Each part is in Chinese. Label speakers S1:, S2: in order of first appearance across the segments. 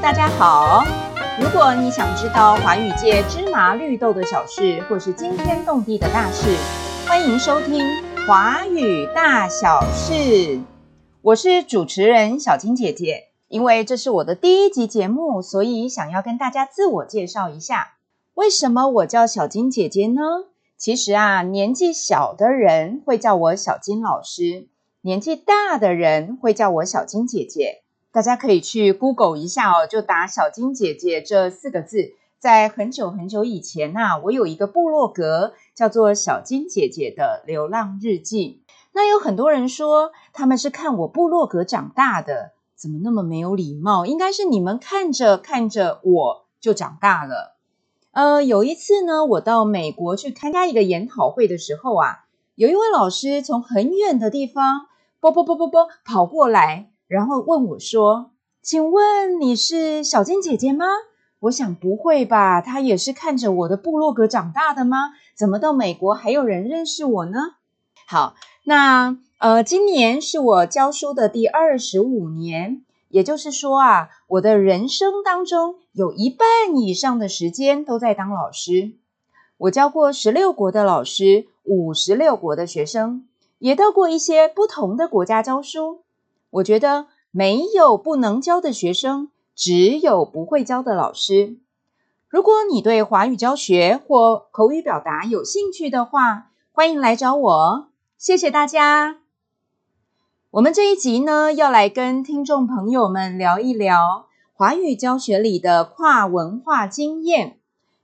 S1: 大家好。如果你想知道华语界芝麻绿豆的小事，或是惊天动地的大事，欢迎收听《华语大小事》。我是主持人小金姐姐。因为这是我的第一集节目，所以想要跟大家自我介绍一下。为什么我叫小金姐姐呢？其实啊，年纪小的人会叫我小金老师，年纪大的人会叫我小金姐姐。大家可以去 Google 一下哦，就打“小金姐姐”这四个字。在很久很久以前呐、啊，我有一个部落格叫做“小金姐姐的流浪日记”。那有很多人说他们是看我部落格长大的，怎么那么没有礼貌？应该是你们看着看着我就长大了。呃，有一次呢，我到美国去参加一个研讨会的时候啊，有一位老师从很远的地方，啵啵啵啵啵跑过来，然后问我说：“请问你是小金姐姐吗？”我想不会吧，她也是看着我的部落格长大的吗？怎么到美国还有人认识我呢？好，那呃，今年是我教书的第二十五年。也就是说啊，我的人生当中有一半以上的时间都在当老师。我教过十六国的老师，五十六国的学生，也到过一些不同的国家教书。我觉得没有不能教的学生，只有不会教的老师。如果你对华语教学或口语表达有兴趣的话，欢迎来找我。谢谢大家。我们这一集呢，要来跟听众朋友们聊一聊华语教学里的跨文化经验。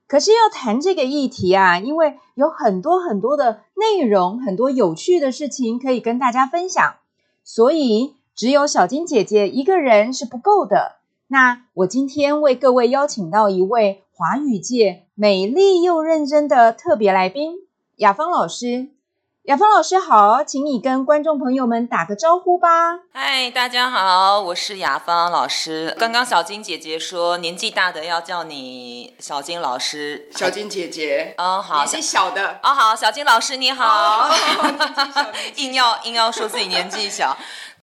S1: 可是要谈这个议题啊，因为有很多很多的内容，很多有趣的事情可以跟大家分享，所以只有小金姐姐一个人是不够的。那我今天为各位邀请到一位华语界美丽又认真的特别来宾——雅芳老师。雅芳老师好，请你跟观众朋友们打个招呼吧。
S2: 嗨，大家好，我是雅芳老师。刚刚小金姐姐说年纪大的要叫你小金老师。
S3: 小金姐姐，
S2: 哦，好
S3: 年，纪小的，
S2: 哦，好，小金老师你 好，
S3: 哦
S2: 硬要硬要说自己年纪小。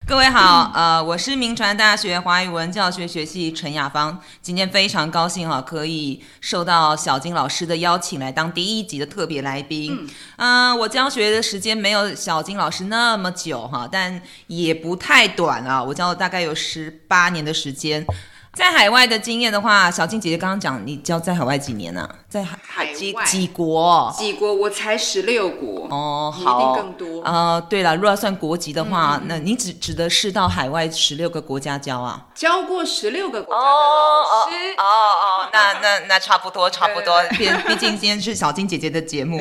S2: 各位好，呃，我是明传大学华语文教学学系陈雅芳，今天非常高兴啊，可以受到小金老师的邀请来当第一集的特别来宾。嗯、呃，我教学的时间没有小金老师那么久哈、但也不太短啊，我教了大概有十八年的时间。在海外的经验的话，小金姐姐刚刚讲，你教在海外几年呢、啊？在海
S3: 海
S2: 几
S3: 外
S2: 几国？
S3: 几国我才十六国，
S2: 哦，
S3: 你一
S2: 好，
S3: 定更多嗯
S2: 呃，对了，如果要算国籍的话，那你指指的是到海外十六个国家教啊？
S3: 教过十六个国家的老师。
S2: 哦哦，那 那那差不多，差不多。
S3: 对哎
S2: 毕 毕竟今天是小金姐姐的节目，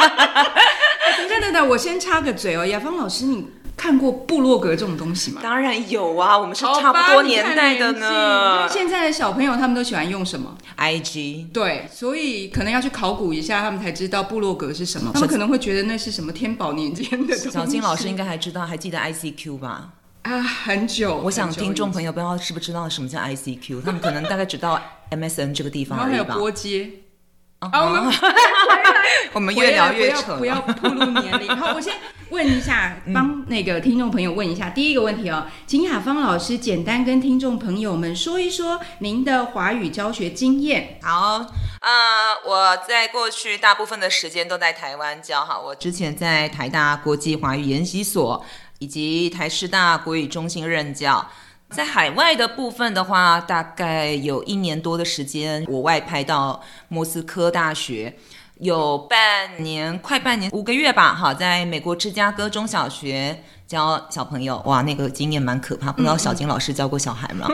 S3: 等等等等，我先插个嘴哦，雅芳老师，你看过部落格这种东西吗？
S2: 当然有啊，我们是
S3: 好
S2: 差不
S3: 吧
S2: 多
S3: 你
S2: 年
S3: 看
S2: 代的
S3: 年纪你
S2: 呢
S3: 看。现在的小朋友他们都喜欢用什么？
S2: IG
S3: 对，所以可能要去考古一下，他们才知道部落格是什么。他们可能会觉得那是什么天宝年间的东西。
S2: 小金老师应该还知道，还记得 ICQ 吧？
S3: 啊，很久。
S2: 我想
S3: 很久
S2: 听众
S3: 以前
S2: 朋友不知道是不是知道什么叫 ICQ，他们可能大概只到 MSN 这个地方
S3: 然后
S2: 而
S3: 还
S2: 已
S3: 有
S2: 吧。
S3: 波接。
S2: 啊
S3: 啊，我们
S2: 我们越聊越扯了嗯
S3: 不要不要暴露年龄。好，我先问 一下，帮那个听众朋友问一下、第一个问题哦，请雅芳老师简单跟听众朋友们说一说您的华语教学经验。
S2: 好，呃，我在过去大部分的时间都在台湾教哈，我之前在台大国际华语研习所以及台师大国语中心任教。在海外的部分的话，大概有一年多的时间，我外派到莫斯科大学，有半年，快半年，五个月吧，哈，在美国芝加哥中小学教小朋友，哇，那个经验蛮可怕，不知道小金老师教过小孩吗？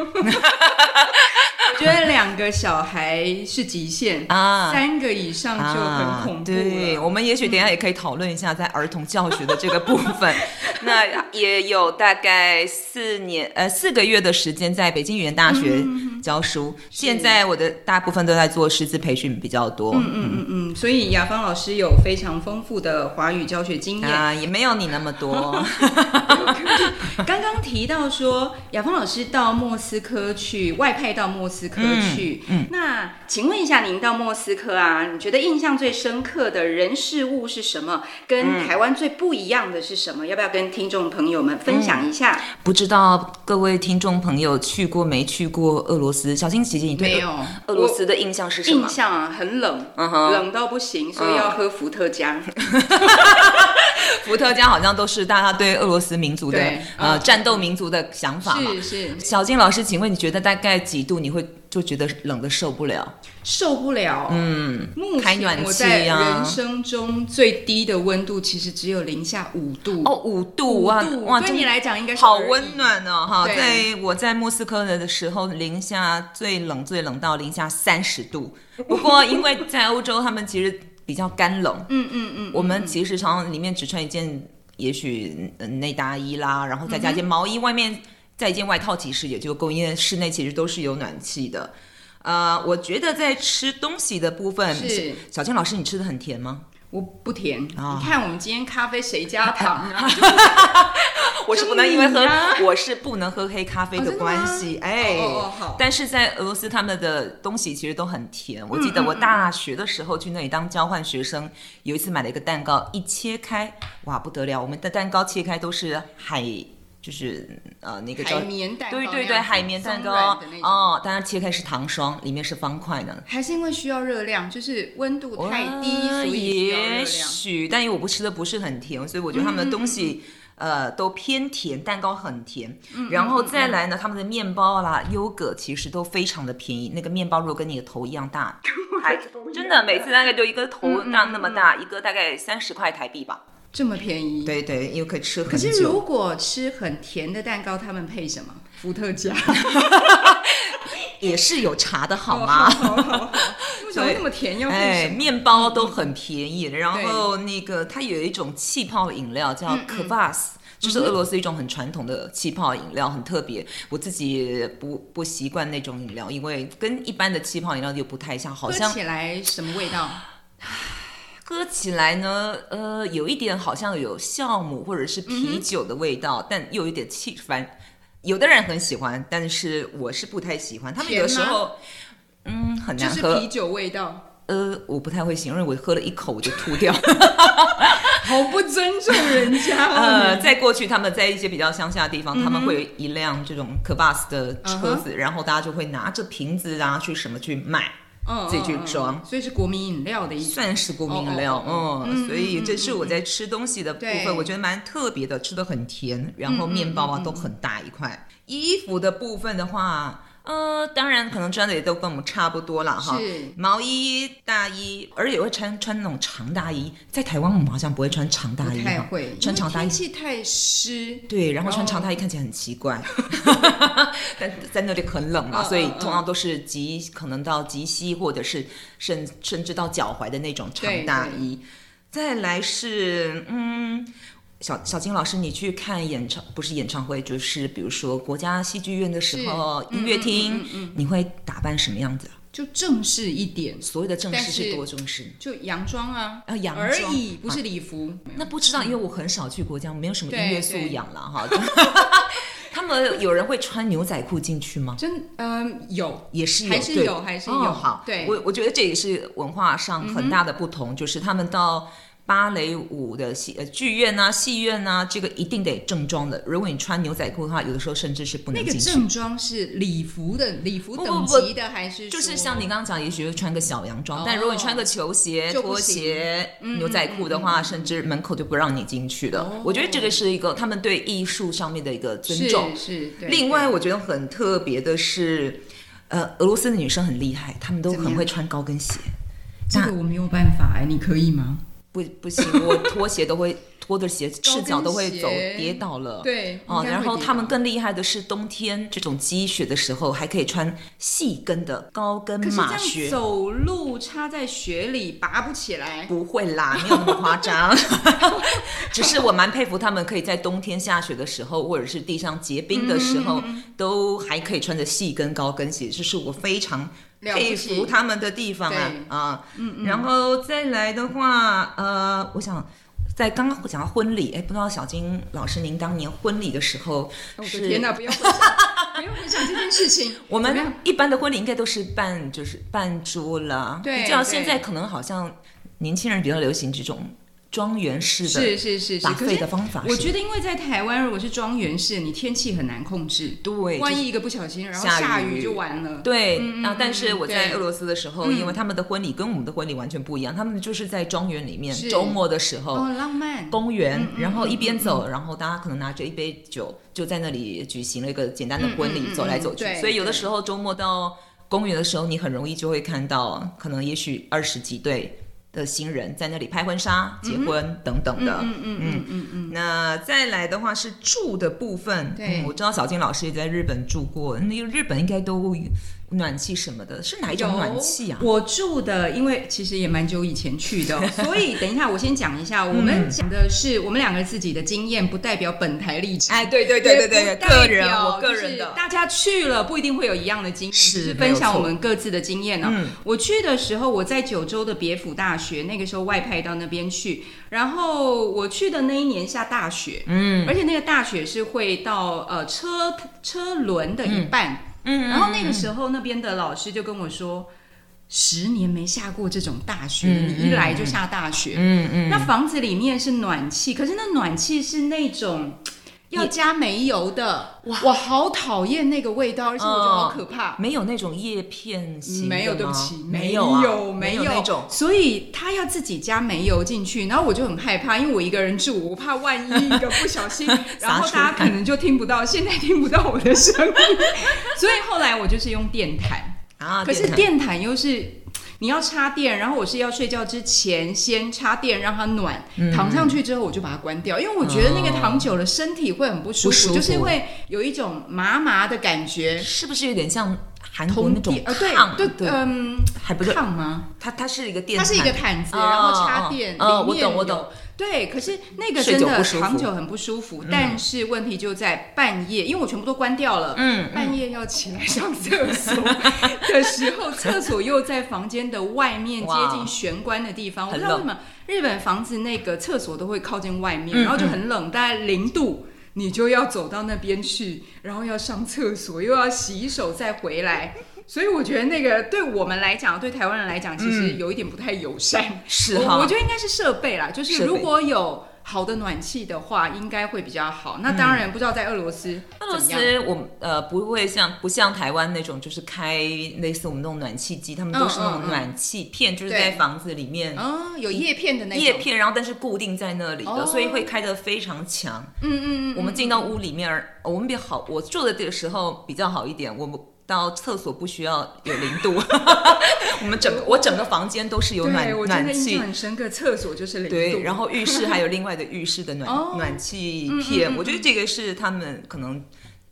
S3: 我觉得两个小孩是极限，
S2: 啊
S3: 三个以上就很恐怖了。嗯
S2: 对，我们也许等一下也可以讨论一下在儿童教学的这个部分。 那也有大概四年呃四个月的时间在北京语言大
S3: 嗯
S2: 学教书。现在我的大部分都在做师资培训比较多。
S3: 嗯嗯嗯，所以雅芳老师有非常丰富的华语教学经验。
S2: 啊，也没有你那么多，
S3: 刚刚提到说，雅芳老师到莫斯科去外派到莫斯科去。嗯，那请问一下，您到莫斯科啊，你觉得印象最深刻的人事物是什么？跟台湾最不一样的是什
S2: 嗯
S3: 么？要不要跟听众朋友们分享一下？
S2: 不知道各位听众朋友去过没去过俄罗斯？小金姐姐，你对俄俄罗斯的印象是什么
S3: 印？象啊，很冷，
S2: 嗯哼嗯
S3: 冷到不行，所以要喝伏特加。
S2: 伏特加好像都是大家对俄罗斯民族的
S3: 对
S2: 呃
S3: 嗯
S2: 战斗民族的想法嘛。
S3: 是是，
S2: 小金老师，请问你觉得大概几度你会就觉得冷的受不了？
S3: 受不了。嗯，目
S2: 开
S3: 前
S2: 暖
S3: 我
S2: 气
S3: 在
S2: 啊
S3: 人生中最低的温度其实只有零下五度。
S2: 哦，五度
S3: 五
S2: 哇
S3: 度
S2: 哇，
S3: 对
S2: 真
S3: 你来讲应该是
S2: 好
S3: 而已
S2: 温。暖哦哈！
S3: 对
S2: 在我在莫斯科的时候，零下最冷最冷到零下三十 度。不过因为在欧洲，他们其实比较干冷，
S3: 嗯嗯嗯，
S2: 我们其实常常里面只穿一件，也许嗯内搭衣啦，然后再加一件毛衣，外面再一件外套，其实也就够，因为室内其实都是有暖气的。呃，我觉得在吃东西的部分，
S3: 是
S2: 小倩老师，你吃的很甜吗？
S3: 我不甜。
S2: 啊
S3: 你看我们今天咖啡谁加糖 啊？
S2: 我是不能因为喝
S3: 你啊，
S2: 我是不能喝黑咖啡
S3: 哦
S2: 的
S3: 真的吗
S2: 关系，哎，
S3: 哦哦好嗯
S2: 但是在俄罗斯他们的东西其实都很甜。我记得我大学的时候去那里当交换学生，有一次买了一个蛋糕，一切开，哇不得了，我们的蛋糕切开都是海，就是呃那个叫
S3: 海。绵蛋糕那
S2: 对
S3: 样子，
S2: 对对，海绵蛋糕
S3: 松软的那种。
S2: 哦，当然切开是糖霜，里面是方块的。
S3: 还是因为需要热量，就是温度太低，
S2: 呃
S3: 所以需要热
S2: 也
S3: 量。
S2: 许，但因为我不吃的不是很甜，所以我觉得他们的东西。呃，都偏甜，蛋糕很甜，然后再来呢，他们的面包啦、优格其实都非常的便宜。那个面包如果跟你的头一样 大，还真的每次大概就一个头那那么大，一个大概三十块台币吧。
S3: 这么便宜。。
S2: 对对，因为可以吃
S3: 可
S2: 很
S3: 是
S2: 久。
S3: 如果吃很甜的蛋糕，他们配什么？伏 特加。
S2: 也是有茶的好
S3: 哦
S2: 吗？
S3: 好好好好为什么那么甜要配
S2: 哎，
S3: 什么？嗯
S2: 面包都很便宜，然后那个它有一种气泡饮料
S3: 嗯
S2: 叫 kvas。就是俄罗斯一种很传统的气泡饮料，很特别。我自己不不习惯那种饮料，因为跟一般的气泡饮料又不太像，好
S3: 喝
S2: 像
S3: 起来什么味道？
S2: 喝起来呢，呃，有一点好像有酵母或者是啤酒的味
S3: 嗯
S2: 道，但又有一点气反。有的人很喜欢，但是我是不太喜欢。他们有的时
S3: 甜吗
S2: 候，嗯，很
S3: 就
S2: 难
S3: 是
S2: 喝。
S3: 啤酒味道，
S2: 呃，我不太会形容，我喝了一口我就吐掉。
S3: 好不尊重人家
S2: 呃，
S3: 哦。
S2: 在过去他们在一些比较乡下的地方，他
S3: 嗯
S2: 们会有一辆这种 k bus 的车子，然后大家就会拿着瓶子啊去什么去卖，
S3: 嗯
S2: 自己去
S3: 嗯嗯
S2: 装
S3: 所以是国民饮料的一种。
S2: 算是国民饮料，
S3: 哦哦哦
S2: 嗯，
S3: 嗯
S2: 所以这是我在吃东西的部
S3: 对嗯
S2: 分，我觉得蛮特别的，吃的很甜，然后面包啊都很大一块。衣服的部分的话，呃，当然可能穿的也都跟我们差不多了哈
S3: 是，
S2: 毛衣、大衣，而且会穿穿那种长大衣，在台湾我们好像不会穿长大
S3: 不
S2: 衣
S3: 太
S2: 哈，
S3: 会，
S2: 穿长
S3: 因为
S2: 大衣
S3: 天气太湿。
S2: 对，然后穿
S3: 哦
S2: 长大衣看起来很奇 怪，但在那里很冷嘛，
S3: 嗯
S2: 所以
S3: 嗯嗯
S2: 通常都是及可能到及膝或者是甚甚至到脚踝的那种长
S3: 对
S2: 大
S3: 对
S2: 衣。再来是嗯。小小金老师，你去看演唱不是演唱会，就是比如说国家戏剧院的时
S3: 是嗯
S2: 候，音乐厅，你会打扮什么样子啊？
S3: 就正式一点，
S2: 所有的正
S3: 但
S2: 式是
S3: 是
S2: 多正式？
S3: 就洋装啊，
S2: 啊洋
S3: 而
S2: 装啊
S3: 已，不是礼服。
S2: 那不知道，因为我很少去国家，没有什么音乐
S3: 对
S2: 素
S3: 对
S2: 养了哈。 他们有人会穿牛仔裤进去吗？
S3: 真嗯有，
S2: 也是有，
S3: 还是
S2: 对
S3: 有还是有
S2: 哦、好，
S3: 对嗯
S2: 我我觉得这也是文化上很大的不同，就是他们到。芭蕾舞的戏呃剧院呐、戏院呐、这个一定得正装的。如果你穿牛仔裤的话，有的时候甚至是不
S3: 那
S2: 能
S3: 个
S2: 进去。
S3: 正装是礼服的，礼服
S2: 不
S3: 等
S2: 不
S3: 级的还是
S2: 就是
S3: 说
S2: 像你刚刚讲，也许会穿个小洋装，
S3: 哦
S2: 但如果你穿个球鞋、
S3: 就不嗯
S2: 拖鞋、牛仔裤的话，甚至门口就不让你进去的。
S3: 哦
S2: 我觉得这个是一个他们对艺术上面的一个尊重。
S3: 是是，对
S2: 另外，我觉得很特别的是，呃，俄罗斯的女生很厉害，她们都
S3: 怎么
S2: 很
S3: 样
S2: 会穿高跟鞋。
S3: 这个我没有办法哎，你可以吗？
S2: 不不行， 我拖鞋都会拖着鞋，
S3: 高
S2: 赤
S3: 跟
S2: 脚都会走，
S3: 鞋
S2: 跌倒了。。
S3: 对，
S2: 哦，
S3: 应该
S2: 然
S3: 会
S2: 后
S3: 跌
S2: 他们
S3: 倒
S2: 更厉害的是，冬天这种积雪的时候，还可以穿细跟的高跟
S3: 可是
S2: 马
S3: 这样
S2: 靴，
S3: 走路插在雪里拔不起来，
S2: 不会 啦，没有那么夸张。 只是我蛮佩服他们，可以在冬天下雪的时候，或者是地上结冰的时候，
S3: 嗯
S2: 都还可以穿着细跟高跟鞋，这是我非常
S3: 了
S2: 佩
S3: 不
S2: 服
S3: 起。
S2: 他们的地方啊
S3: 对嗯
S2: 啊，然后再来的话，呃，我想在刚刚讲到婚礼，哎，不知道小金老师您当年婚礼的时候
S3: 哦我的
S2: 是
S3: 天哪，不要回想， 因为我想这件事情，
S2: 我
S3: 怎么样
S2: 们一般的婚礼应该都是办就是办桌了，
S3: 对
S2: 你知道
S3: 对
S2: 现在可能好像年轻人比较流行这种庄园式的
S3: 是是是是，
S2: 打
S3: 可
S2: 费的
S3: 是
S2: 方法是，
S3: 我觉得因为在台湾，如果是庄园式，你天气很难控制，
S2: 对，
S3: 万
S2: 就是
S3: 一一个不小心，然后
S2: 下
S3: 下
S2: 雨
S3: 雨就完了。
S2: 对
S3: 嗯
S2: 啊
S3: 嗯，
S2: 但是我
S3: 对
S2: 在俄罗斯的时候，
S3: 嗯
S2: 因为他们的婚礼跟我们的婚礼完全不一样，他们就是在庄园里面
S3: 是，
S2: 周末的时候
S3: 哦，浪漫，
S2: 公园
S3: 嗯，嗯
S2: 然后
S3: 嗯
S2: 一边
S3: 嗯
S2: 走，然后大家可能拿着一杯酒，就在那里举行了一个简单的婚
S3: 嗯嗯
S2: 礼，
S3: 嗯
S2: 走来走去
S3: 对。
S2: 所以有的
S3: 对
S2: 时候周末到公园的时候，你很容易就会看到，可能也许二十几对的新人在那里拍婚纱、结婚等等的。
S3: 嗯嗯嗯嗯嗯
S2: 那再来的话是住的部分，
S3: 对
S2: 嗯我知道小金老师也在日本住过，那个日本应该都暖气什么的，是哪一种暖气啊？
S3: 我住的，因为其实也蛮久以前 去的哦、所以等一下我先讲一下，我们讲的是我们两个自己的经验，不代表本台立场。
S2: 哎，对对
S3: 也
S2: 对对对，
S3: 不
S2: 个
S3: 代
S2: 人
S3: 表
S2: 我个
S3: 就是
S2: 人的，
S3: 大家去了不一定会有一样的经验，
S2: 是
S3: 只是
S2: 没
S3: 分
S2: 有
S3: 享我
S2: 错
S3: 们各自的经验呢、哦
S2: 嗯
S3: 我去的时候，我在九州的别府大学，那个时候外派到那边去，然后我去的那一年下大雪，嗯，而且那个大雪是会到呃车车轮的一半，
S2: 嗯，
S3: 然后那个时候，那边的老师就跟我说，十年没下过这种大雪，
S2: 嗯
S3: 你一来就下大雪。
S2: 嗯嗯，
S3: 那房子里面是暖气，可是那暖气是那种要加煤油的，我好讨厌那个味道，而且我觉得好可怕。
S2: 没有那种叶片嗯型的吗
S3: 没有，对不起，
S2: 啊没
S3: 有、
S2: 有啊，
S3: 没
S2: 有那种。
S3: 所以他要自己加煤油进去，然后我就很害怕，因为我一个人住，我怕万一一个不 小心，然后
S2: 撒出
S3: 大家可能就听不到，现在听不到我的声音， 所以后来我就是用电毯，
S2: 啊，
S3: 可是
S2: 电
S3: 电毯又是。你要插电，然后我是要睡觉之前先插电让它暖，
S2: 嗯
S3: 躺上去之后我就把它关掉，因为我觉得那个
S2: 哦
S3: 躺久了身体会很不舒
S2: 不舒服
S3: 就是会有一种麻麻的感觉
S2: 毯，是不是有点像韩国
S3: 通
S2: 那种
S3: 电呃对
S2: 烫
S3: 对
S2: 的？
S3: 嗯
S2: 还不是
S3: 烫吗？
S2: 它它是一个电
S3: 它
S2: 毯，
S3: 是一个毯子，
S2: 哦
S3: 然后插电，
S2: 哦哦
S3: 里面
S2: 我懂我懂
S3: 有。对，可是那个
S2: 睡
S3: 真
S2: 久
S3: 的
S2: 不舒服嗯
S3: 长久很不舒服，但是问题就在半夜，因为我全部都关掉了。
S2: 嗯，
S3: 半夜要起来上 厕所的时候，厕所又在房间的外面，接
S2: 哇
S3: 近玄关的地方。我不
S2: 很
S3: 知
S2: 冷
S3: 道为什么日本房子那个厕所都会靠近外面，
S2: 嗯
S3: 然后就很冷，大概零度，你就要走到那边去，然后要上厕所，又要洗手再回来。所以我觉得那个对我们来讲，对台湾人来讲，其实有一点不太友善。
S2: 嗯是
S3: 我我
S2: 哈
S3: 觉，得应该是设备啦，就是
S2: 设备
S3: 如果有好的暖气的话，应该会比较好。那当
S2: 嗯
S3: 然不知道在俄罗斯
S2: 俄罗
S3: 怎么
S2: 斯
S3: 样，
S2: 我呃不会像不像台湾那种，就是开类似我们那种暖气机，他们都是那
S3: 嗯嗯
S2: 种
S3: 嗯
S2: 暖气片，就是
S3: 对
S2: 在房子里面
S3: 哦，有叶片的那种
S2: 哎叶，片，然后但是固定在那里
S3: 哦
S2: 的，所以会开得非常强。
S3: 嗯嗯嗯，
S2: 我们进到屋里面儿，我们比较好，我住的这个时候比较好一点，我们到厕所不需要有零 度，我们整个我整个房间都是有暖
S3: 对我真的
S2: 暖
S3: 印
S2: 气
S3: 象，很深刻，厕所就是零度，
S2: 对，然
S3: 后
S2: 后浴 室还有另外的浴室的暖、
S3: 哦
S2: 暖气
S3: 嗯嗯
S2: 片，
S3: 嗯
S2: 我觉得这个是他们可能。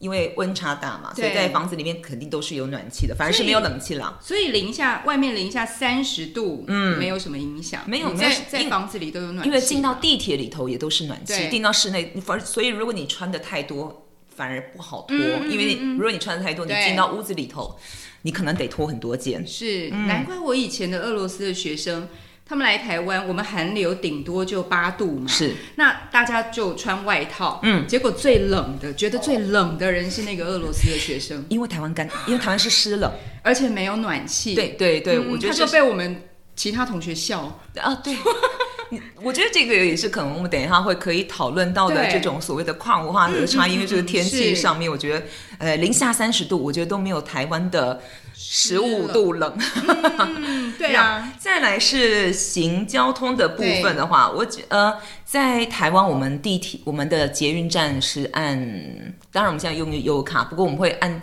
S2: 因为温差大嘛，所以
S3: 对
S2: 在房子里面肯定都是有暖气的，反正是
S3: 所以
S2: 没有冷气啦。
S3: 所以零下外面零下三十度，嗯，没有什么影响，
S2: 没有
S3: 你
S2: 没有
S3: 在在
S2: 因为
S3: 房子里都有暖气，
S2: 因为进到地铁里头也都是暖气
S3: 对，
S2: 进到室内，反所以如果你穿的太多，反而不好脱，
S3: 嗯嗯
S2: 因为
S3: 嗯
S2: 你
S3: 嗯
S2: 如果你穿的太多，你
S3: 对
S2: 进到屋子里头，你可能得脱很多件。
S3: 是，
S2: 嗯
S3: 难怪我以前的俄罗斯的学生，他们来台湾，我们寒流顶多就八度嘛，
S2: 是，
S3: 那大家就穿外套，
S2: 嗯
S3: 结果最冷的，觉得最冷的人是那个俄罗斯的 学生，
S2: 因为台湾干，因为台湾是湿 冷。
S3: 而且没有暖气，
S2: 对对对，
S3: 嗯
S2: 我觉得
S3: 他就
S2: 这
S3: 被我们其他同 学笑，
S2: 是啊，对。你我觉得这个也是可能我们等一下会可以讨论到的
S3: 对
S2: 这种所谓的跨文化的差异，
S3: 嗯嗯
S2: 因为这个天
S3: 是
S2: 气上面，我觉得呃零下三十度，我觉得都没有台湾的十五度冷。
S3: 嗯，对啊，
S2: 再来是行交通的部分的话，我觉呃，在台湾我们地铁我们的捷运站是按，当然我们现在用优卡，不过我们会按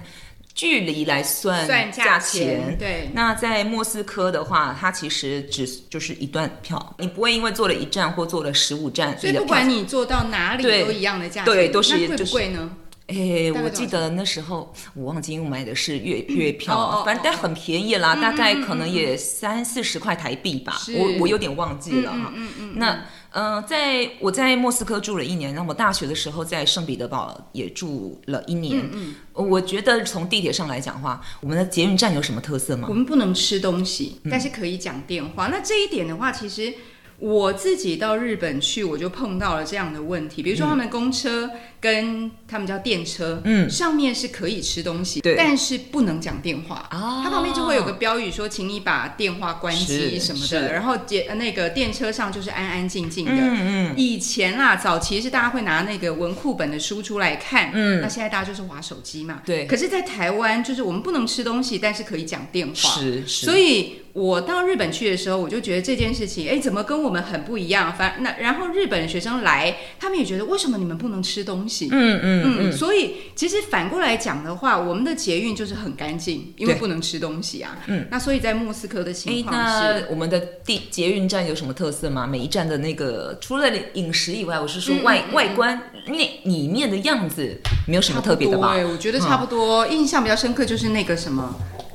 S2: 距离来算
S3: 算
S2: 价哎
S3: 钱，对，
S2: 那在莫斯科的话，它其实只就是一段票，你不会因为坐了一站或坐了十五站，
S3: 所以
S2: 你的
S3: 不
S2: 票
S3: 管你坐到哪里
S2: 对
S3: 都一样的价钱，
S2: 对都是
S3: 那贵
S2: 就
S3: 不
S2: 是嗯
S3: 贵呢？
S2: 诶，
S3: 大概
S2: 哎我
S3: 多少
S2: 记得那时候我忘记，因为我买的是 月月票，
S3: 哦哦
S2: 反正但
S3: 哦嗯
S2: 很便宜啦，大概可能也三四十块台币吧，
S3: 是
S2: 我我有点忘记了
S3: 嗯
S2: 哈。
S3: 嗯嗯，
S2: 那呃，在我在莫斯科住了一年，然后我大学的时候在圣彼得堡也住了一年。嗯我觉得从地铁上来讲的话，我们的捷运站有什么特色吗嗯
S3: 我？们不能吃东西，但是可以讲电话。那这一点的话，其实我自己到日本去，我就碰到了这样的问题，比如说他们公车跟他们叫电车，
S2: 嗯
S3: 上面是可以吃东西，
S2: 对
S3: 但是不能讲电话。
S2: 啊
S3: 它旁边就会有个标语说，请你把电话关
S2: 是
S3: 机什么
S2: 是
S3: 的，然后电呃那个电车上就是安安静静的。
S2: 嗯嗯，
S3: 以前啦，早期是大家会拿那个文库本的书出来看，
S2: 嗯
S3: 那现在大家就是划手机嘛，
S2: 对
S3: 可是，在台湾就是我们不能吃东西，但是可以讲电话，
S2: 是是，
S3: 所以我到日本去的时候，我就觉得这件事情，哎，怎么跟我们很不一样？反那然后日本学生来，他们也觉得为什么你们不能吃东西？
S2: 嗯嗯
S3: 嗯，所以其实反过来讲的话，我们的捷运就是很干净，因为
S2: 对
S3: 不能吃东西啊。
S2: 嗯，
S3: 那所以在莫斯科的情
S2: 哎，
S3: 况是，
S2: 那我们的地捷运站有什么特色吗？每一站的那个除了饮食以外，我是
S3: 嗯
S2: 说外、外观内里面的样子，没有什么特别的吧？嗯
S3: 对，我觉得差不多。印象比较深刻就是那个什么，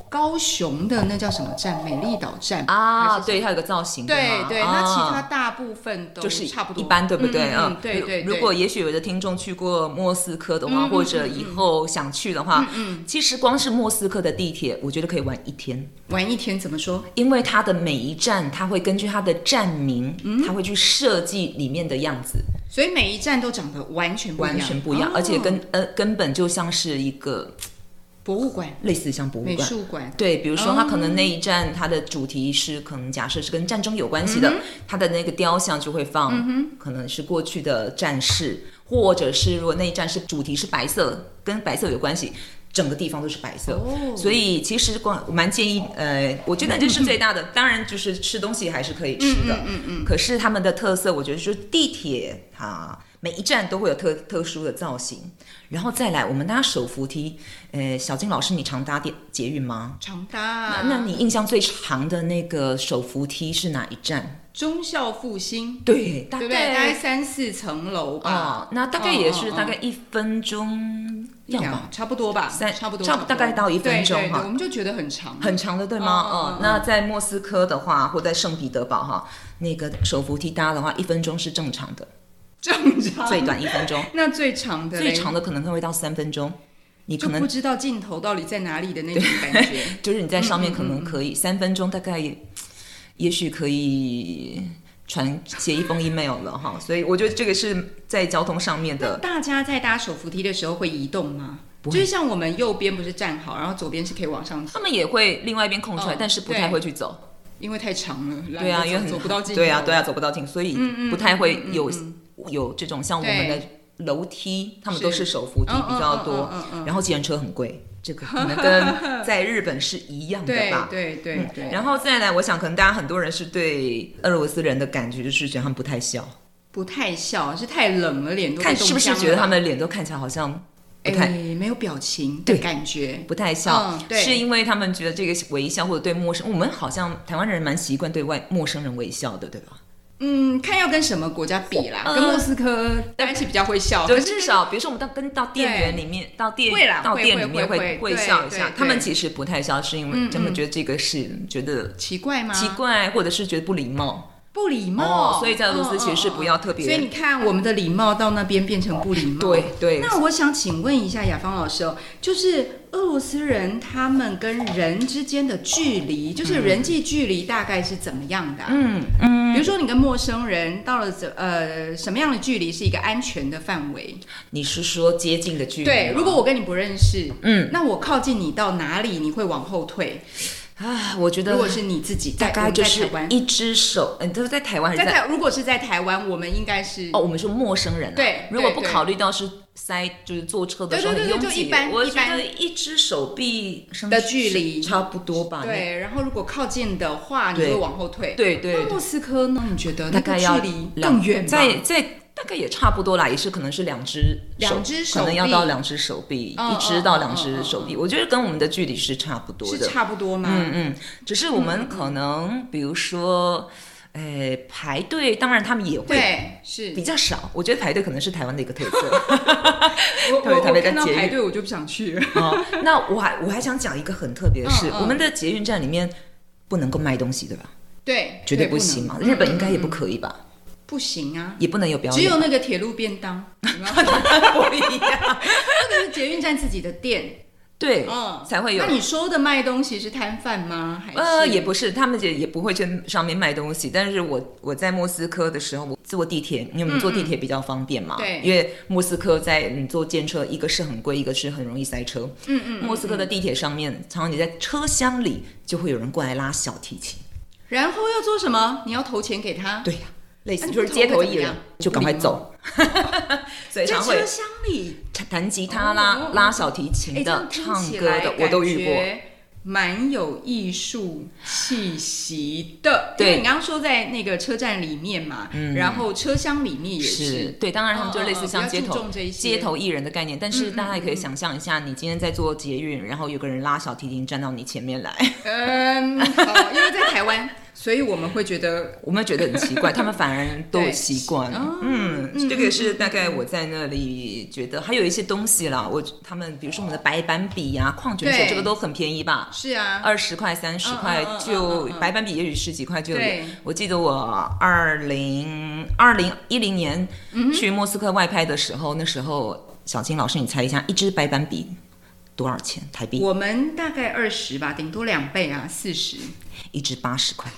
S3: 高雄的那叫什么站？美丽岛站
S2: 啊，
S3: 还是什么
S2: 对，它有个造型的
S3: 对
S2: 嘛
S3: 对，
S2: 啊
S3: 那其他大部分都
S2: 就是
S3: 差不多，
S2: 一般，对不对？啊
S3: 嗯嗯嗯对
S2: 如
S3: 对对
S2: 如果也许有的听众去过莫斯科的话，
S3: 嗯嗯嗯
S2: 或者以后想去的话，其实光是莫斯科的地铁，我觉得可以玩一天，
S3: 玩一天怎么说？
S2: 因为它的每一站，它会根据它的站名，
S3: 嗯
S2: 它会去设计里面的样子，
S3: 所以每一站都长得完全不一样，
S2: 完全不一样，
S3: 哦
S2: 而且根呃根本就像是一个
S3: 博物馆、
S2: 类似像博物
S3: 美
S2: 馆。
S3: 术馆。
S2: 对，比如说它可能那一站它的主题是可能假设是跟战争有关系的，它的那个雕像就会放，可能是过去的战士，或者是如果那一站是主题是白色，跟白色有关系。整个地方都是白色，
S3: 哦
S2: 所以其实光我蛮建议，呃，我觉得这是最大的。当然就是吃东西还是可以吃的，嗯嗯可是他们的特色，我觉得就是地铁它、每一站都会有特特殊的造型，然后再来我们搭手扶梯。呃，小金老师，你常搭电捷运吗？
S3: 长大，
S2: 那你印象最长的那个手扶梯是哪一站？
S3: 忠孝复兴，
S2: 对，大
S3: 对
S2: 概
S3: 不对？大概三四层楼吧，
S2: 哦，那大概也是
S3: 哦哦哦
S2: 大概一分钟样
S3: 两
S2: 吧，
S3: 差不多吧，
S2: 三
S3: 差不多，
S2: 差不
S3: 不多
S2: 大概到一分钟
S3: 对对对
S2: 哈
S3: 我们就觉得很长，
S2: 很长的对吗？
S3: 哦
S2: 哦
S3: 哦，
S2: 那在莫斯科的话，或在圣彼得堡哈，那个手扶梯搭的话，一分钟是正常的，
S3: 正常，
S2: 最。短一分 钟，
S3: 那最长的嘞
S2: 最长的可能会到三分钟。你可
S3: 就
S2: 能
S3: 不知道尽头到底在哪里的那种感觉。
S2: 就是你在上
S3: 嗯
S2: 面可能可以三分钟，大概也也许可以传写一封 email 了哈。所以我觉得这个是在交通上面的，
S3: 大家在搭手扶梯的时候会移动吗？
S2: 不嗯
S3: 就是像我们右边不是站好，然后左边是可以往上走，
S2: 他们也会另外一边空出来，
S3: 嗯
S2: 但是不太会去走。
S3: 因为太长了，懒得
S2: 对啊，
S3: 走
S2: 因为很
S3: 走不到尽头。
S2: 对啊，对啊，走不到尽头，所以
S3: 嗯嗯
S2: 不太会有
S3: 嗯嗯
S2: 有这种像我们的楼梯，他们都是手扶梯
S3: 嗯嗯
S2: 比较多
S3: 嗯嗯嗯嗯，
S2: 然后计程车很贵，这个可能跟在日本是一样的
S3: 对
S2: 吧？嗯
S3: 对对对。
S2: 然后再来，我想可能大家很多人是对俄罗斯人的感觉就是觉得他们不太孝。
S3: 不太笑，是太冷了，脸都
S2: 看
S3: 被冻
S2: 是不是
S3: 僵
S2: 觉得
S3: 了
S2: 他们脸都看起来好像不
S3: 哎
S2: 太、
S3: 没有表情的
S2: 对
S3: 感觉？
S2: 不太像、
S3: 嗯对
S2: 是因为他们觉得这个微笑或者对陌生，我们好像台湾人蛮习惯对外陌生人微笑的，对吧？
S3: 嗯，看要跟什么国家比啦，
S2: 嗯
S3: 跟莫斯科当然是比较会笑，
S2: 就
S3: 哦可是
S2: 至少比如说我们到跟到店员里面，到店
S3: 会啦
S2: 到
S3: 会
S2: 店
S3: 会
S2: 里面
S3: 会
S2: 会
S3: 会对
S2: 笑一下
S3: 对，对
S2: 他们其实不太笑，是因为
S3: 嗯
S2: 他们觉得这个是觉得
S3: 奇怪吗？
S2: 奇怪，或者是觉得不礼貌。
S3: 不礼貌、哦嗯
S2: 哦所以在俄罗斯其实是不要特别
S3: 所以你看，我们的礼貌到那边变成不礼貌。
S2: 对对
S3: 那我想请问一下雅芳老师哦，就是俄罗斯人他们跟人之间的距离，就是
S2: 嗯
S3: 人际距离大概是怎么样的、嗯嗯，比如说你跟陌生人到了怎呃什么样的距离是一个安全的范围？
S2: 你是说接近的距离吗？
S3: 对，如果我跟你不认识，
S2: 嗯，
S3: 那我靠近你到哪里，你会往后退？
S2: 啊，我觉
S3: 如
S2: 得
S3: 果是你自己在，
S2: 大概就
S3: 我
S2: 是
S3: 们在台湾。
S2: 一只手，嗯，都在台湾还
S3: 在
S2: 是在
S3: 台，如果是在台湾，我们应该是
S2: 哦，我们说陌生人、啊，
S3: 对
S2: 如果
S3: 对
S2: 不
S3: 对
S2: 考虑到是塞，就是坐车的时候
S3: 对
S2: 很
S3: 对
S2: 拥
S3: 对就
S2: 挤
S3: 一般，
S2: 我
S3: 一
S2: 觉得
S3: 般
S2: 一只手臂上
S3: 的
S2: 去
S3: 距
S2: 是
S3: 离
S2: 差不多吧，
S3: 对，然后如果靠近的话，
S2: 哦
S3: 你
S2: 对
S3: 会往后退。
S2: 那，对对
S3: 那莫斯科呢？你觉得
S2: 大
S3: 那
S2: 概
S3: 个
S2: 要
S3: 距离
S2: 两
S3: 更远吧
S2: 在在大概也差不多啦，也是可能是两只
S3: 两只手
S2: 可能要
S3: 臂
S2: 到两只手臂，
S3: 嗯
S2: 一只到
S3: 嗯
S2: 两只
S3: 嗯
S2: 手臂，我觉得跟我们的距离是差不多
S3: 是
S2: 的，
S3: 差不多吗？
S2: 嗯嗯，只是我们可能比如说，呃，排队，当然他们也会。
S3: 对，是
S2: 比。较少，我觉得排队可能是台湾的一个特 色。
S3: 我
S2: 特别
S3: 我
S2: 特别在
S3: 我看到
S2: 捷运
S3: 排队我就不想去 了。
S2: 哦，那我还我还想讲一个很特别的事，
S3: 嗯嗯
S2: 我们的捷运站里面不能够卖东西，对吧？
S3: 对，
S2: 绝对不行嘛，
S3: 能
S2: 日本应该也不
S3: 嗯嗯嗯
S2: 可以吧？
S3: 不行啊，
S2: 也不能有表演，
S3: 只有那 个铁路便当，有没有
S2: 不一样。
S3: 那个是捷运站自己的店。
S2: 对，
S3: 嗯，
S2: 才会有
S3: 那你说的卖东西是摊贩吗？还是
S2: 呃，也不是，他们也也不会去上面卖东西。但是我我在莫斯科的时候，我坐地铁，因为我们坐地铁比较方便嘛。
S3: 嗯对
S2: 因为莫斯科在你坐电车，一个是很贵，一个是很容易塞车。
S3: 嗯嗯。
S2: 莫斯科的地铁上面，常常你在车厢里就会有人过来拉小提琴。
S3: 然后要做什么？你要投钱给他。
S2: 对呀、类似
S3: 那
S2: 就是街头艺
S3: 你会怎么
S2: 人
S3: 样，
S2: 就赶快走。所以
S3: 在
S2: 常会
S3: 车厢里，
S2: 弹吉他
S3: 哦
S2: 啦
S3: 哦、
S2: 拉小提
S3: 哎，
S2: 琴
S3: 这
S2: 的
S3: 样、听
S2: 唱
S3: 起
S2: 歌
S3: 来
S2: 的，我都遇过
S3: 感。觉蛮有艺术气息的。
S2: 对嗯
S3: 因为你刚刚说在那个车站里面嘛，然后车厢里面也是。
S2: 对，当然他们就类
S3: 哦哦
S2: 似像
S3: 比较
S2: 街
S3: 注
S2: 头、
S3: 重这一些嗯
S2: 街头艺人的概念，但是大家也可以想象一下，你今天在做捷运，然后有个人拉小提琴站到你前面来，
S3: 嗯，好，因为在台湾，所以我们会觉得
S2: 我们觉得很奇怪，他们反而都
S3: 对
S2: 习惯
S3: 哦
S2: 了。嗯，这个也是大概我在那里觉得，还有一些东西啦，我他们比如说我们的白板笔呀、矿泉水
S3: 对，
S2: 这个都很便宜吧。
S3: 是啊，
S2: 二十块、三十块
S3: 嗯嗯嗯嗯
S2: 就
S3: 嗯嗯
S2: 白板笔，也许十几块就有
S3: 对。
S2: 我记得我二零二零一零年
S3: 嗯
S2: 去莫斯科外拍的时候，那时候小青老师，你猜一下，一支白板笔多少钱台币？
S3: 我们大概二十吧，顶多两倍啊，四十。
S2: 一支八十块，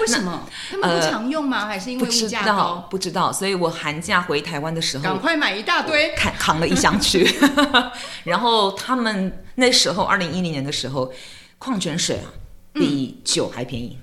S3: 为什么？他们不常用吗？还是因
S2: 不
S3: 为物
S2: 知
S3: 价
S2: 道
S3: 高？
S2: 不知道。所以我寒假回台湾的时
S3: 赶
S2: 候，
S3: 快买一大堆。
S2: 扛扛了一箱去。 然后他们那时候二零一零年的时候，矿泉水啊
S3: 嗯
S2: 比酒还便宜。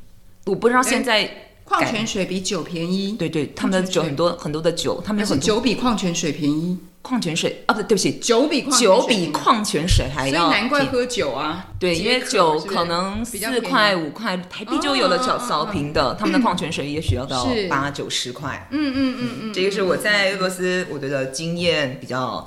S2: 我不知道现在
S3: 矿泉水比酒便宜，
S2: 对对，他们的酒很多很多的酒，他们
S3: 还
S2: 有
S3: 是
S2: 很多
S3: 酒比矿泉水便宜？
S2: 矿泉水啊，不对，对不起，
S3: 酒比矿泉水
S2: 酒
S3: 便宜
S2: 比矿泉水还
S3: 所以
S2: 要
S3: 难怪
S2: 便宜
S3: 喝酒啊。
S2: 对，
S3: 解
S2: 因为
S3: 渴
S2: 酒
S3: 是不是
S2: 可能
S3: 比较
S2: 四
S3: 便宜哦
S2: 块五块台币就有了小小瓶的，他们的矿泉水也许要到
S3: 是
S2: 八九十块。
S3: 嗯嗯嗯嗯，
S2: 这个是我在俄罗斯我觉得经验比较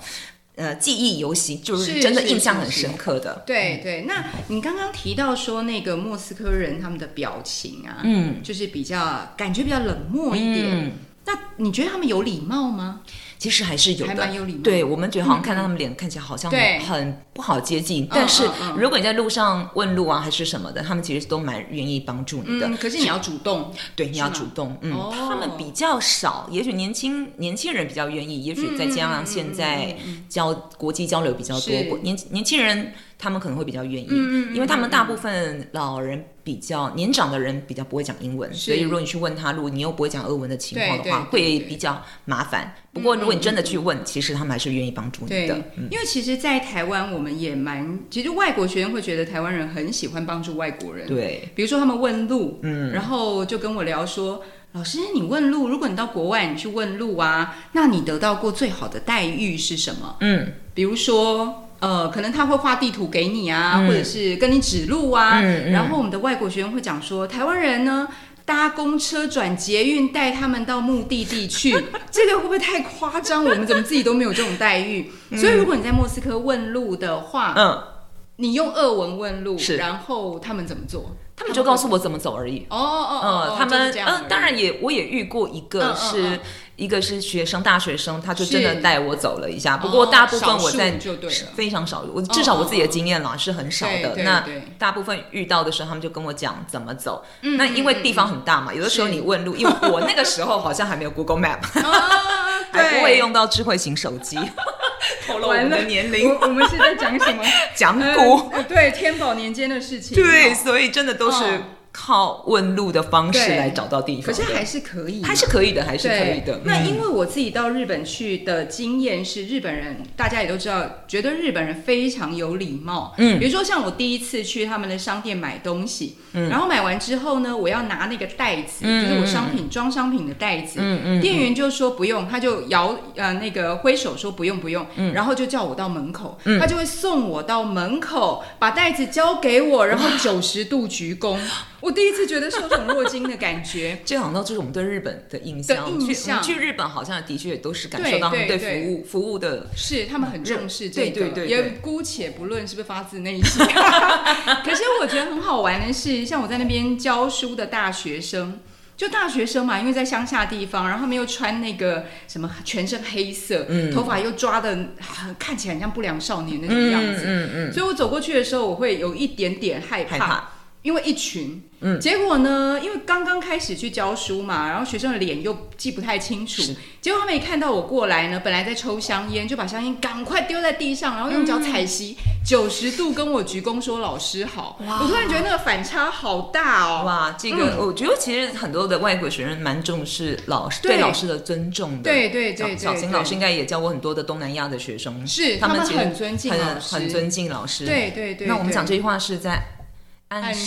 S2: 呃记忆犹新，就是
S3: 是
S2: 真的
S3: 是
S2: 印象
S3: 是
S2: 很
S3: 是
S2: 深刻的。
S3: 对对，那你刚刚提到说那个莫斯科人他们的表情啊，
S2: 嗯
S3: 就是比较感觉比较冷漠一点。
S2: 嗯，
S3: 那你觉得他们有礼貌吗？
S2: 其实还是有
S3: 还
S2: 的
S3: 蛮。有礼貌。
S2: 对我们觉得好像看到他们脸看起来好像
S3: 对
S2: 很不好接近，但是
S3: 嗯
S2: 如果你在路上问路啊还是什么的，他们其实都蛮愿意帮助你的。
S3: 嗯，可是你要主动。
S2: 对，你
S3: 是
S2: 要
S3: 吗
S2: 主动，嗯，
S3: 哦
S2: 他们比较少，也许年轻年轻人比较愿意，也
S3: 嗯
S2: 许再加上现在交国际交流比较多
S3: 是，
S2: 国年年轻人他们可能会比较愿意，
S3: 嗯嗯嗯
S2: 因为他们大部分老人比较年长的人比较不会讲英文，
S3: 是
S2: 所以如果你去问他，如果你又不会讲俄文的情况的话，
S3: 对对对嗯
S2: 会比较麻烦。不过如果你真的去问，其实他们还是愿意帮助你
S3: 对
S2: 的，，嗯
S3: 嗯因为其实，在台湾我们也蛮，其实外国学生会觉得台湾人很喜欢帮助外国人。，
S2: 对，
S3: 比如说他们问路，
S2: 嗯，
S3: 然后就跟我聊说，老师，你问路，如果你到国外你去问路啊，那你得到过最好的待遇是什么？
S2: 嗯，
S3: 比如说。呃，可能他会画地图给你啊，
S2: 嗯
S3: 或者是跟你指路啊。
S2: 嗯嗯
S3: 然后我们的外国学生会讲说，台湾人呢搭公车转捷运带他们到目的地去， 这个会不会太夸张？我们怎么自己都没有这种待遇？所以如果你在莫斯科问路的话，
S2: 嗯，
S3: 你用俄文问路，
S2: 是
S3: 然后他们怎么做？
S2: 他们就告诉我怎么走而已。
S3: 哦哦哦
S2: 呃，，他
S3: 就是
S2: 们
S3: 这样而
S2: 呃
S3: 已，
S2: 当然也我也遇过一
S3: 嗯
S2: 个
S3: 嗯
S2: 是、
S3: 嗯
S2: 一个是学生大学生，他就真的
S3: 是
S2: 带我走了一下。不过大部分
S3: 哦
S2: 我
S3: 少
S2: 在
S3: 数就对了嗯
S2: 是非常少，我至少我自己的经验啦是很少
S3: 对
S2: 的。
S3: 对
S2: 那
S3: 对
S2: 大部分遇到的时候，他们就跟我讲怎么走。
S3: 嗯
S2: 那因为地方很大嘛，有的时候
S3: 是
S2: 你问路，因为我那个时候好像还没有 Google Map，
S3: 啊
S2: 还
S3: 对
S2: 不会用到智慧型手 机，透露我们的年龄，
S3: 我我们是在讲什 么？
S2: 讲
S3: 呃
S2: 古。
S3: 呃对，天宝年间的事情。
S2: 对，
S3: 哦
S2: 所以真的都是
S3: 哦
S2: 靠问路的方式
S3: 对
S2: 来找到地方
S3: 可
S2: 的。
S3: 是还是可以嘛，
S2: 还是可以的，还是可以
S3: 对
S2: 的。
S3: 那
S2: 嗯
S3: 因为我自己到日本去的经验是，日本人大家也都知道，觉得日本人非常有礼貌。
S2: 嗯
S3: 比如说像我第一次去他们的商店买东西，然后买完之后呢，我要拿那个袋子，
S2: 嗯
S3: 就是我商品装商品的袋子。
S2: 嗯嗯，
S3: 店员就说不用，他就摇呃那个挥手说不用不用，
S2: 嗯
S3: 然后就叫我到门口，他就会送我到门口，把袋子交给我，然后九十度鞠躬。我第一次觉得受宠若惊的感觉。
S2: 这好像就是我们对日本的印象。
S3: 的印象
S2: 去我们去日本好像的确也都是感受到他们对
S3: 对对
S2: 服务服务的。
S3: 是，他们很重视这个，
S2: 对对对对
S3: 也姑且不论是不是发自内心。 可是我觉得很好玩的是，像我在那边教书的大学生，就大学生嘛，因为在乡下地方，然后他们又穿那个什么全身黑色，
S2: 嗯
S3: 头发又抓的看起来很像不良少年那种样子，
S2: 嗯嗯，
S3: 所以我走过去的时候，我会有一点点害怕。
S2: 害怕。
S3: 因为一群，嗯，结果呢，因为刚刚开始去教书嘛，然后学生的脸又记不太清楚
S2: 是，
S3: 结果他们一看到我过来呢，本来在抽香烟，就把香烟赶快丢在地上，然后
S2: 嗯
S3: 用脚踩熄，九十、度跟我鞠躬说老师好，我突然觉得那个反差好大哦，
S2: 哇，这个、我觉得其实很多的外国学生蛮重视老师对
S3: 对
S2: 老师的尊重的。
S3: 对对
S2: 小
S3: 对
S2: 小
S3: 对
S2: 秦
S3: 对
S2: 老师应该也教过很多的东南亚的学生，
S3: 是
S2: 他
S3: 他们
S2: 其实
S3: 很尊敬
S2: 很
S3: 老师
S2: 很尊敬老师。
S3: 对对对，
S2: 那我们
S3: 对
S2: 讲这句话是在暗
S3: 暗
S2: 示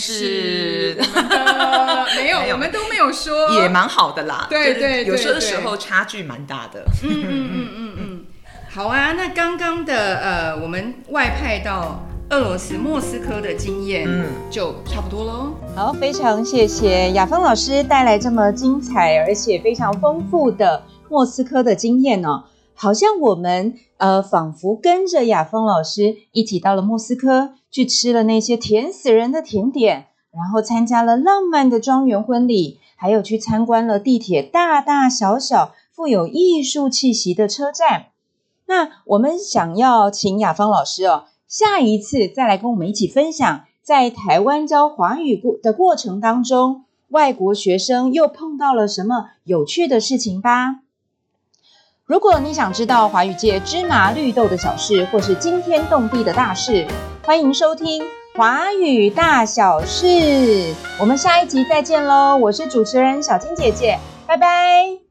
S3: 示。我们的没有
S2: 没，有
S3: 我们都没有说，
S2: 也蛮好的啦，就
S3: 对
S2: 是
S3: 对对
S2: 有时候的
S3: 对
S2: 时候差距蛮大的。
S3: 嗯嗯嗯嗯嗯，好啊。那刚刚的呃，我们外派到俄罗斯莫斯科的经验，
S2: 嗯
S3: 就差不多喽。
S1: 好，非常谢谢雅芳老师带来这么精彩而且非常丰富的莫斯科的经验哦。好像我们呃，仿佛跟着雅芳老师一起到了莫斯科，去吃了那些甜死人的甜点，然后参加了浪漫的庄园婚礼，还有去参观了地铁大大小小富有艺术气息的车站。那我们想要请雅芳老师哦，下一次再来跟我们一起分享，在台湾教华语过的过程当中，外国学生又碰到了什么有趣的事情吧。如果你想知道华语界芝麻绿豆的小事，或是惊天动地的大事，欢迎收听《华语大小事》。我们下一集再见喽！我是主持人小金姐姐，拜拜。